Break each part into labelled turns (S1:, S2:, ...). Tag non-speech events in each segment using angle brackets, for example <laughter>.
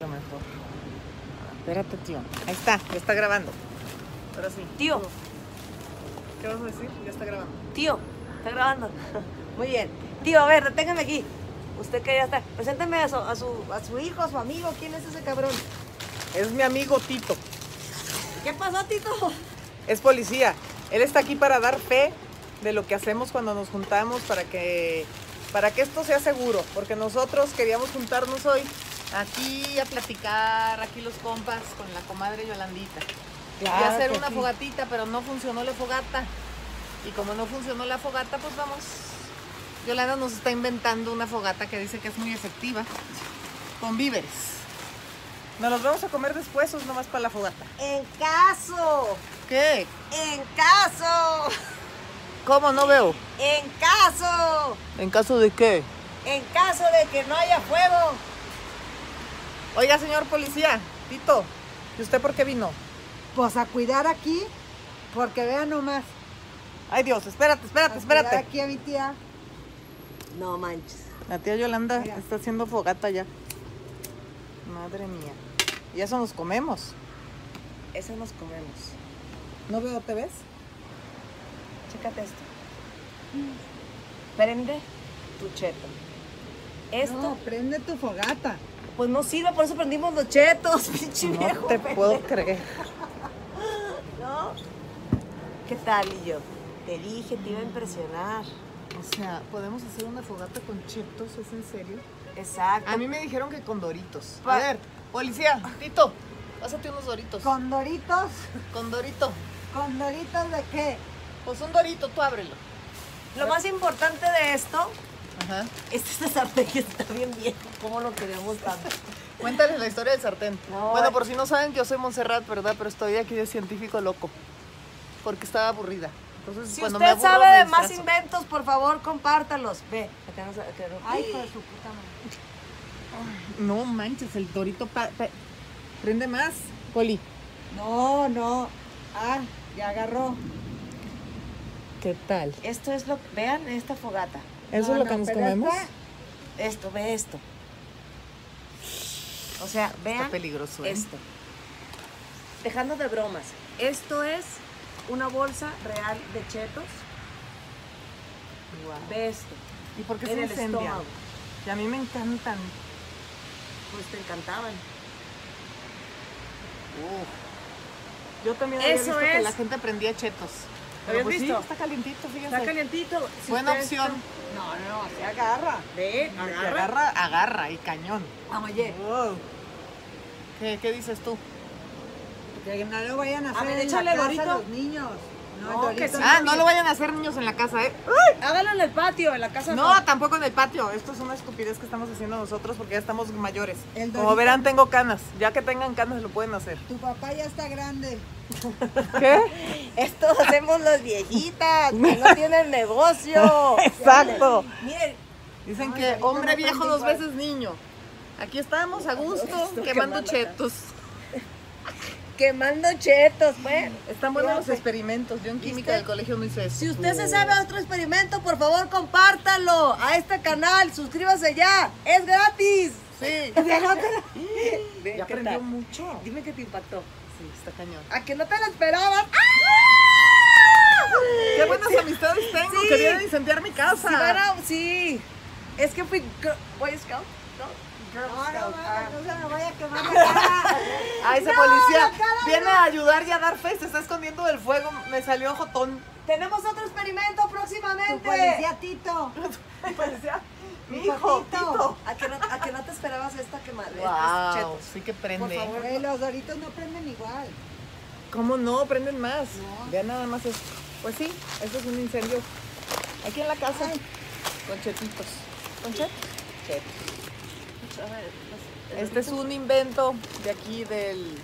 S1: Ah,
S2: Espérate, tío. Ahí está, ya está grabando. Ahora sí.
S1: Tío,
S2: ¿Qué vas a decir? Ya está grabando.
S1: tío, está grabando.
S2: Muy bien.
S1: Tío, a ver, deténgame aquí. Usted quería estar. Presénteme a su, a su, a su hijo, a su amigo. ¿Quién es ese cabrón?
S2: Es mi amigo Tito.
S1: ¿Qué pasó, Tito?
S2: Es policía. Él está aquí para dar fe de lo que hacemos cuando nos juntamos para que para que esto sea seguro, porque nosotros queríamos juntarnos hoy aquí a platicar, aquí los compas con la comadre Yolandita. y hacer una fogatita, pero no funcionó la fogata. Y como no funcionó la fogata, pues vamos. Yolanda nos está inventando una fogata que dice que es muy efectiva, con víveres. Nos los vamos a comer después, o es nomás para la fogata.
S1: En caso,
S2: ¿Qué?
S1: en caso,
S2: ¿Cómo no veo?
S1: en caso,
S2: ¿En caso de qué?
S1: en caso de que no haya fuego.
S2: Oiga, señor policía, Tito, ¿y usted por qué vino?
S3: Pues a cuidar aquí, porque vean nomás.
S2: Ay Dios, espérate,
S3: a
S2: espérate,
S3: cuidar
S2: espérate.
S3: aquí a mi tía.
S1: No manches.
S2: La tía Yolanda
S3: Mira.
S2: está haciendo fogata ya. Madre mía. Y eso nos comemos. Eso nos comemos. ¿No veo, te ves?
S1: Chécate esto.
S2: Mm.
S1: Prende tu cheto. Esto,
S3: No, prende tu fogata. <laughs>
S1: pues no sirve, por eso prendimos los chetos, <laughs> pinche viejo.
S2: No te puedo creer.
S1: ¿No? ¿Qué tal, y yo? Te dije, te iba a impresionar.
S2: O sea, ¿podemos hacer una fogata con chetos? ¿Es en serio?
S1: Exacto.
S2: A mí me dijeron que con doritos.
S1: Pa-
S2: A ver, policía, Tito, pásate unos doritos.
S3: Con doritos,
S2: Con dorito.
S3: con doritos de qué?
S2: Pues un dorito, tú ábrelo.
S1: Lo más importante de esto
S2: Ajá.
S1: es que esta sartén <laughs> que está bien viejo. ¿Cómo lo queremos tanto?
S2: Cuéntales la historia del sartén.
S1: No,
S2: bueno,
S1: ay.
S2: por si no saben, yo soy Montserrat, ¿verdad? Pero estoy aquí de científico loco. Porque estaba aburrida.
S1: <laughs>
S2: Entonces,
S1: Si
S2: cuando me
S1: usted
S2: aburro,
S1: sabe
S2: me
S1: de más
S2: disfrazo.
S1: inventos, por favor, compártalos. Ve, acá no se- acá no-
S3: Ay, hijo de su puta madre.
S2: No manches, el torito pa- pa- prende más. Poli.
S3: No, no. Ah, ya agarró.
S2: ¿Qué tal?
S1: Esto es lo Vean esta fogata.
S2: ¿Eso
S3: No,
S2: es lo
S3: no,
S2: que nos
S3: pero
S2: comemos?
S3: esta-
S1: Esto, ve esto. O sea, vean
S2: Está peligroso. ¿eh?
S1: esto. Dejando de bromas, esto es una bolsa real de chetos.
S2: Guau.
S1: Ve esto.
S2: ¿Y por qué
S1: en
S2: se
S1: el
S2: incendian?
S1: estómago.
S2: Y a mí me encantan.
S1: Pues te encantaban.
S2: Yo también
S1: Eso
S2: había visto que
S1: es.
S2: la gente prendía chetos.
S1: ¿Habías
S2: pues sí,
S1: visto?
S2: está calientito, fíjense.
S1: Está calientito. Si
S2: Buena
S1: ustedes
S2: opción.
S1: están-
S3: No, no, se agarra.
S1: Ve,
S2: De que
S1: agarra.
S2: agarra, agarra y cañón.
S1: Ah, oye,
S2: Wow. ¿Qué, qué dices tú?
S3: Que no lo vayan a
S1: A
S3: hacer
S1: ver,
S3: en la
S1: échale
S3: casa
S1: dorito.
S3: los niños. No,
S1: No,
S3: el
S1: que
S3: dorito
S1: sí.
S2: Ah, no lo vayan a hacer niños en la casa, ¿eh?
S1: hágalo en el patio, en la casa.
S2: No, tampoco en el patio. Esto es una estupidez que estamos haciendo nosotros porque ya estamos mayores.
S3: El
S2: Como
S3: dorito.
S2: verán, tengo canas. Ya que tengan canas, lo pueden hacer.
S3: Tu papá ya está grande.
S2: <laughs> ¿Qué?
S1: Esto hacemos los <laughs> viejitas, que no tienen negocio. <laughs>
S2: Exacto.
S1: Miren,
S2: Dicen
S3: No, el
S2: que
S3: dorito
S2: hombre
S3: no
S2: viejo
S3: prende
S2: dos
S3: igual.
S2: veces niño. Aquí estamos a
S3: <laughs>
S2: gusto
S1: Estoy quemando
S2: quemando chetos.
S1: quemando chetos, pues.
S2: Están buenos los
S1: Fíjate.
S2: experimentos. Yo en química
S1: ¿Viste?
S2: del colegio no hice eso.
S1: Si usted se sabe otro experimento, por favor, compártalo a este canal. Suscríbase ya. Es gratis. <laughs>
S2: <laughs> Sí.
S1: Ve,
S2: Ya
S1: ¿qué
S2: aprendió
S1: tal?
S2: mucho.
S1: Dime que te impactó.
S2: Sí, está cañón.
S1: A que no te lo esperaban. ¡Ah!
S2: Qué buenas amistades tengo.
S1: Sí.
S2: Querían incendiar mi casa.
S1: Sí, bueno, sí. Es que fui gr- Boy Scout, ¿no? Girl
S3: No, no,
S1: Scout. ah.
S3: no, no se me vaya a
S1: <laughs>
S3: quemar la cara.
S2: Ah, ese policía viene a ayudar y a dar fe, se está escondiendo del fuego, me salió jotón.
S1: Tenemos otro experimento
S3: Tu
S1: próximamente.
S3: policía Tito.
S2: Policía, mi
S3: Mi
S2: hijo,
S3: papito.
S2: Tito.
S1: A que, no, a que no te esperabas esta quemada. estos
S2: Wow,
S1: chetos.
S2: sí que
S1: Por
S2: prende.
S1: favor.
S3: Güey, los doritos no prenden igual.
S2: ¿Cómo no? Prenden más.
S3: No.
S2: Vean nada más esto. Pues sí, esto es un incendio. Aquí en la casa.
S3: Ay.
S2: Con chetitos. ¿Con chetos? Este es un invento de aquí del.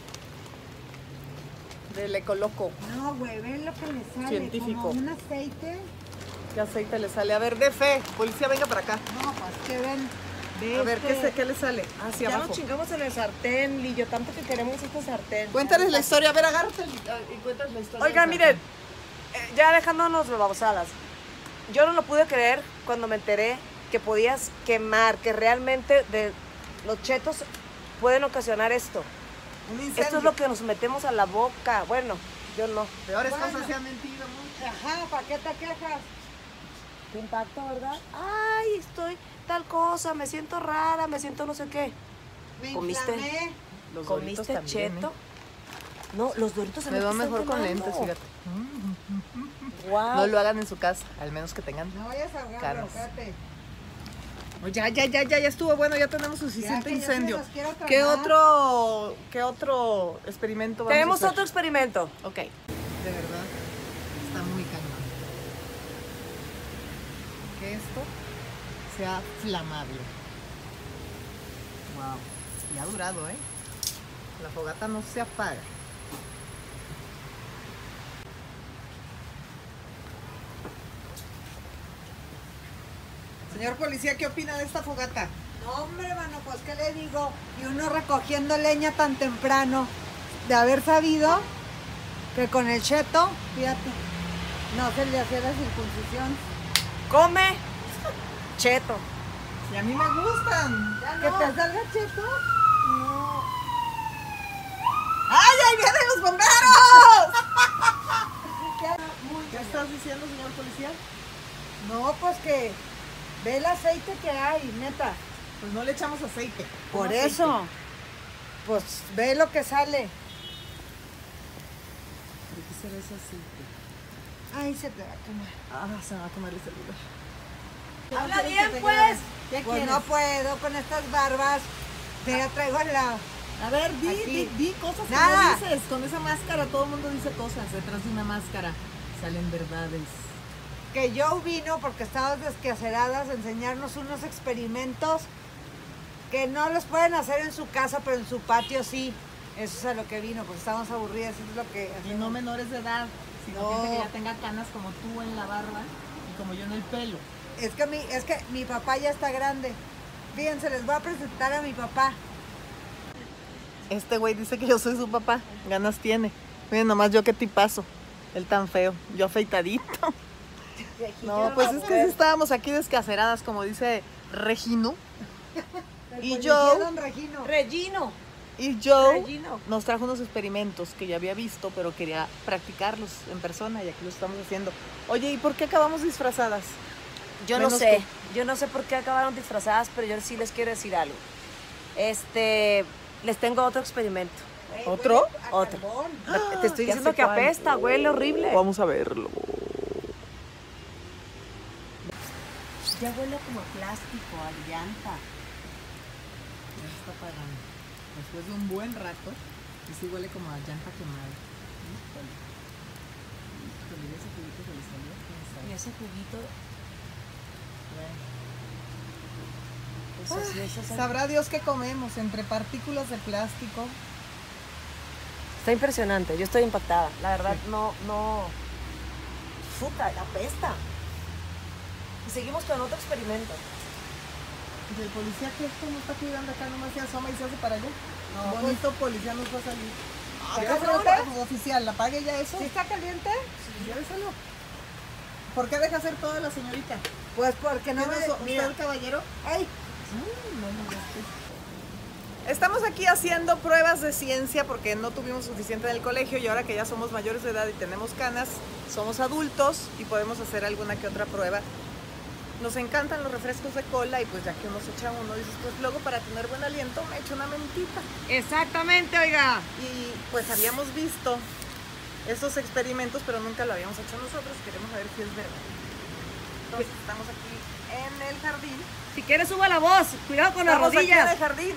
S2: del Ecoloco.
S3: No, güey, ven lo que le sale.
S2: Científico.
S3: Como un aceite.
S2: ¿Qué aceite le sale? A ver, de fe. Policía, venga para acá.
S3: No, pues que ven.
S2: A ver, ¿qué, se-
S3: se
S2: qué le sale? Hacia
S1: Ya
S2: abajo.
S1: nos chingamos en el sartén, Lillo. Tanto que queremos este sartén.
S2: Cuéntales la historia, a ver, agárrate y cuéntales la historia.
S1: Oigan, miren, eh, ya dejándonos de babosadas. Yo no lo pude creer cuando me enteré que podías quemar, que realmente de los chetos pueden ocasionar esto.
S2: Un incendio.
S1: Esto es lo que nos metemos a la boca. Bueno, yo no.
S2: Peores
S3: Bueno.
S2: cosas se han mentido mucho.
S3: Ajá, ¿para qué te quejas?
S1: Qué impacto, ¿verdad? Ay, estoy tal cosa, me siento rara, me siento no sé qué.
S3: Me
S1: ¿Comiste?
S3: inflamé.
S2: Los
S1: ¿Comiste
S2: Doritos también,
S1: cheto?
S2: ¿eh?
S1: No, los doritos se
S2: Me
S1: me este
S2: va
S1: están
S2: mejor con
S1: quemando.
S2: lentes, fíjate.
S1: Guau.
S2: No lo hagan en su casa, al menos que tengan.
S3: No vayas a ahogarlo,
S2: Caras.
S3: espérate.
S2: Ya, ya, ya, ya, ya estuvo bueno, ya tenemos
S3: Ya
S2: suficiente
S3: que yo se
S2: incendio.
S3: los quiero
S2: ¿Qué
S3: tragar.
S2: otro, ¿Qué otro experimento vamos
S1: Tenemos
S2: a hacer?
S1: otro experimento.
S2: Ok. De verdad, está muy calmado. Que esto sea flamable. Wow. Y ha durado, ¿eh? La fogata no se apaga. Señor policía, ¿qué opina de esta fogata?
S3: No, hombre, mano, pues qué le digo. Y uno recogiendo leña tan temprano, de haber sabido que con el cheto, fíjate, no se le hacía la circuncisión.
S1: Come cheto.
S2: Y a mí me gustan.
S3: Que te salga cheto. No.
S2: ¡Ay, ahí vienen los bomberos!
S3: Ya, muy
S2: ¿Qué
S3: bien.
S2: estás diciendo, señor policía?
S3: No, pues que ve el aceite que hay, neta.
S2: Pues no le echamos aceite.
S3: Por
S2: Aceite.
S3: eso. Pues ve lo que sale.
S2: ¿De qué será ese aceite?
S3: Ay, se te va a quemar.
S2: Ah, se me va a comer el celular.
S1: Habla
S3: ¿Quieres
S1: bien,
S3: que te
S1: pues.
S3: grabe?
S2: ¿Qué
S3: Pues
S2: quieres?
S3: no puedo con estas barbas. Te la traigo al lado.
S2: A ver, di,
S3: Aquí.
S2: di, di cosas
S3: Nada.
S2: que no dices. Con esa máscara todo el mundo dice cosas. Detrás de una máscara salen verdades.
S3: Que yo vino porque estabas desquaceradas a enseñarnos unos experimentos que no los pueden hacer en su casa, pero en su patio sí. Eso es a lo que vino, porque estamos aburridas, eso es lo que...
S2: Y no menores de edad, sino
S3: No.
S2: gente que ya tenga canas como tú en la barba y como yo en el pelo.
S3: Es que mi, es que mi papá ya está grande. Fíjense, les voy a presentar a mi papá.
S2: Este güey dice que yo soy su papá. Ganas tiene. Miren nomás yo qué tipazo. Él tan feo. Yo <laughs> afeitadito. No, pues es que sí estábamos aquí descaceradas, como dice Regino.
S3: El
S2: Y
S3: policía
S2: yo-
S3: Don Regino.
S1: Regino.
S2: Y Joe
S1: Regino.
S2: nos trajo unos experimentos que ya había visto, pero quería practicarlos en persona y aquí los estamos haciendo. Oye, ¿y por qué acabamos disfrazadas?
S1: Yo no
S2: Menos
S1: sé, yo no sé por qué acabaron disfrazadas, pero yo sí les quiero decir algo. Este, les tengo otro experimento.
S3: Ey,
S2: ¿Otro?
S3: huele a
S1: Otro.
S3: carbón.
S1: Te estoy
S2: ya
S1: diciendo
S2: sé
S1: que
S2: cuál.
S1: apesta, huele horrible.
S2: Vamos a verlo.
S1: Ya huele como a plástico, a llanta.
S2: Ya está apagando. Después de un buen rato, y sí huele como a llanta quemada. Híjole. Híjole, mira ese juguito que le salió, quién sabe.
S1: Y ese juguito,
S2: Bueno.
S1: pues así es, o sea,
S2: Sabrá Dios qué comemos entre partículas de plástico.
S1: Está impresionante, yo estoy impactada. La verdad, no, no. Puta, apesta. Y seguimos con otro experimento.
S2: Y el policía que esto no está cuidando acá, nomás se asoma y se hace para allá.
S3: No, pues- Ah,
S2: Bonito policía nos va a salir.
S3: ¿Está
S2: Ya,
S3: cabrón?
S2: pero, pues, oficial, apague ya eso.
S3: ¿Sí está caliente?
S2: Lléveselo. ¿Por qué deja hacer toda la señorita?
S3: Pues porque no
S2: ¿Tiene
S3: me...
S2: su- usted
S3: Mira,
S2: el caballero?
S3: ay,
S2: Estamos aquí haciendo pruebas de ciencia porque no tuvimos suficiente en el colegio y ahora que ya somos mayores de edad y tenemos canas, somos adultos y podemos hacer alguna que otra prueba. Nos encantan los refrescos de cola y pues ya que uno se echa uno, dices, pues luego para tener buen aliento me echo una mentita.
S3: exactamente, oiga.
S2: Y pues habíamos visto estos experimentos, pero nunca lo habíamos hecho nosotros. Queremos saber si es verdad. Entonces estamos aquí en el jardín.
S1: Si quieres, suba la voz. Cuidado con
S2: Estamos aquí en el jardín.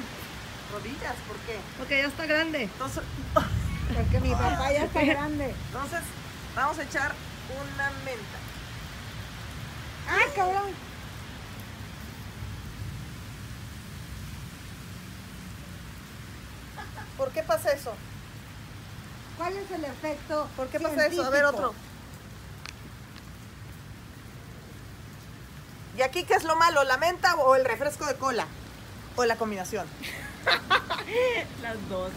S2: Rodillas, ¿por qué?
S1: Porque ya está grande.
S2: Entonces, <laughs>
S3: Porque mi papá ya está grande.
S2: entonces vamos a echar una menta.
S3: Ay, Ah, cabrón.
S2: ¿Por qué pasa eso?
S3: ¿Cuál es el efecto
S2: ¿Por qué pasa eso? A ver otro. ¿Y aquí qué es lo malo? ¿La menta o el refresco de cola? ¿O la <laughs> combinación?
S1: Las dos.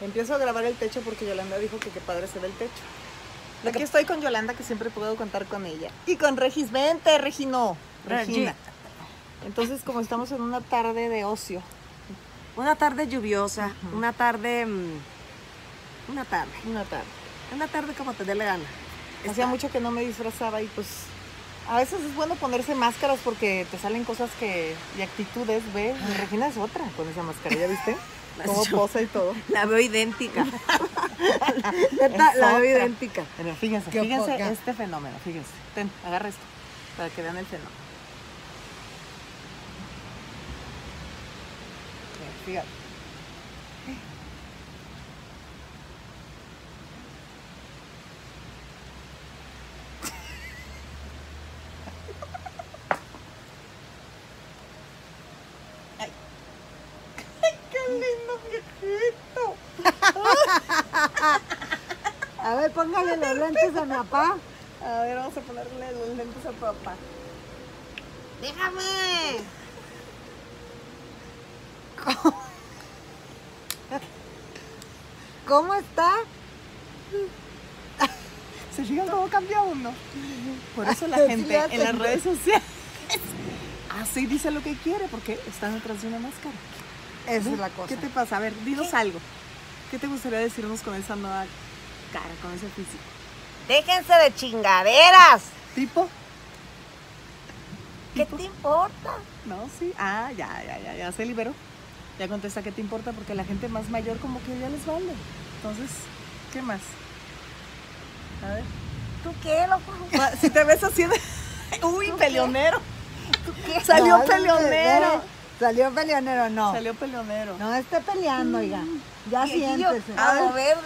S2: Empiezo a grabar el techo porque Yolanda dijo que qué padre se ve el techo. Aquí estoy con Yolanda, que siempre puedo contar con ella. Y con Regis, vente, Regino. Regina. Entonces, como estamos en una tarde de ocio,
S1: Una tarde lluviosa, una tarde. mm, Una tarde.
S2: Una tarde.
S1: Una tarde como te dé la gana.
S2: Hacía
S1: Está-
S2: mucho que no me disfrazaba y pues a veces es bueno ponerse máscaras porque te salen cosas que y actitudes, ve. Mi Regina es otra con esa máscara, ¿ya
S1: <laughs>
S2: viste?
S1: Las
S2: Como
S1: yo-
S2: posa y todo.
S1: La veo <laughs> idéntica. <laughs> Neta,
S2: Es
S1: la veo
S2: otra.
S1: idéntica.
S2: Bueno, fíjense,
S3: Qué
S2: fíjense
S3: poca.
S2: este fenómeno, fíjense. Ten, agarra esto para que vean el fenómeno. Mira, Fíjate. <laughs> Ay. Ay, qué lindo viejito.
S3: A ver, póngale los lentes a mi papá.
S2: A ver, vamos a ponerle los lentes a papá.
S1: ¡Déjame!
S3: ¿Cómo está?
S2: ¿Se fijan cómo cambia uno? Por eso la
S3: <laughs> Sí,
S2: gente
S3: ya
S2: en las
S3: tengo.
S2: redes sociales <laughs> así dice lo que quiere porque están detrás de una máscara.
S3: Esa es la
S2: ¿Qué
S3: cosa.
S2: te pasa? A ver, dinos algo. ¿Qué te gustaría decirnos con esa nueva cara, con ese físico?
S1: ¡Déjense de chingaderas!
S2: ¿Tipo?
S1: ¿Qué te importa?
S2: No, sí. Ah, ya, ya, ya, ya se liberó. Ya contesta qué te importa porque la gente más mayor como que ya les vale. Entonces, ¿qué más? A ver.
S1: ¿Tú qué, loco?
S2: Si te ves así de... <laughs> Uy, peleonero.
S1: <laughs>
S3: No,
S2: Salió
S3: no,
S2: peleonero.
S3: no, Salió peleonero, no.
S2: Salió peleonero.
S3: No esté peleando, oiga. Ya
S1: Viejillo,
S3: siéntese.
S2: Ah,
S1: a mover.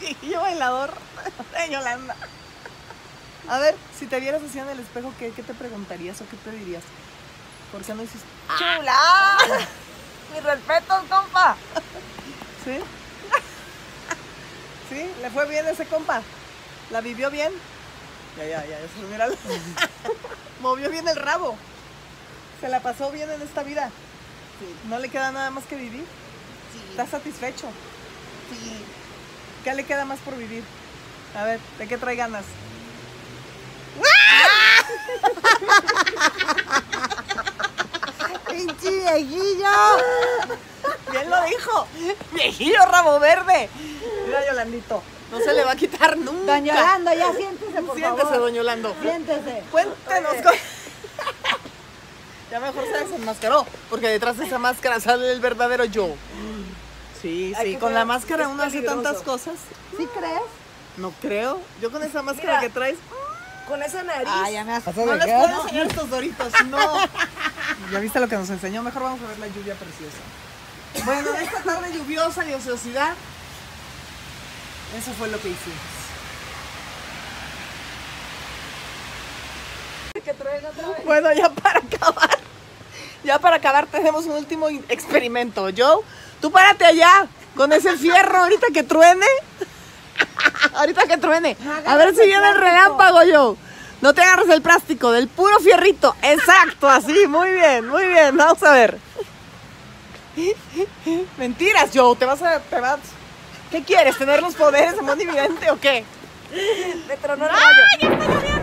S2: Sí. <laughs> Yo bailador de Yolanda. A ver, si te vieras así en el espejo, ¿qué, qué te preguntarías o qué te dirías? ¿Por qué no hiciste?
S1: Ah. ¡Chula! <laughs> ¡Mis respetos, compa!
S2: ¿Sí? <laughs> ¿Sí? ¿Le fue bien ese compa? ¿La vivió bien? Ya, ya, ya, eso, míralo. <laughs> Movió bien el rabo. Se la pasó bien en esta vida. No le queda nada más que vivir. ¿Estás satisfecho?
S1: Sí.
S2: ¿Qué le queda más por vivir? A ver, ¿de qué trae ganas? <laughs>
S3: ¡Pinche viejillo!
S2: Bien lo dijo. Viejillo rabo verde. Mira, Yolandito. No se le va a quitar nunca.
S3: Doña Yolanda, ya siéntese, por
S2: Siéntese,
S3: favor.
S2: doña Yolando.
S3: Siéntese.
S2: Cuéntenos. co- <laughs> ya mejor se desenmascaró, porque detrás de esa máscara sale el verdadero yo. Sí,
S1: Hay
S2: sí.
S1: que
S2: Con la
S1: ver,
S2: máscara
S1: es
S2: uno hace
S1: peligroso.
S2: tantas cosas.
S3: ¿Sí crees?
S2: No creo. Yo con esa máscara
S1: Mira.
S2: que traes.
S1: Con esa nariz.
S3: Ah, ya me has
S2: No les puedo enseñar estos doritos, no. <laughs> Ya viste lo que nos enseñó, mejor vamos a ver la lluvia preciosa. Bueno, de esta tarde lluviosa y ociosidad, eso fue lo que hicimos. Bueno, ya para acabar, ya para acabar tenemos un último in- experimento. Joe, tú párate allá con ese fierro ahorita que truene. Ahorita que truene. A ver si viene el relámpago, Joe. No te agarres del plástico, del puro fierrito. Exacto, así. Muy bien, muy bien. Vamos a ver. Mentiras, Joe. Te vas a. Te vas... ¿Qué quieres? ¿Tener los poderes de Moni Vidente o qué?
S1: Me tronó el rayo.
S2: ¡Ya está lloviendo! ¡Ah!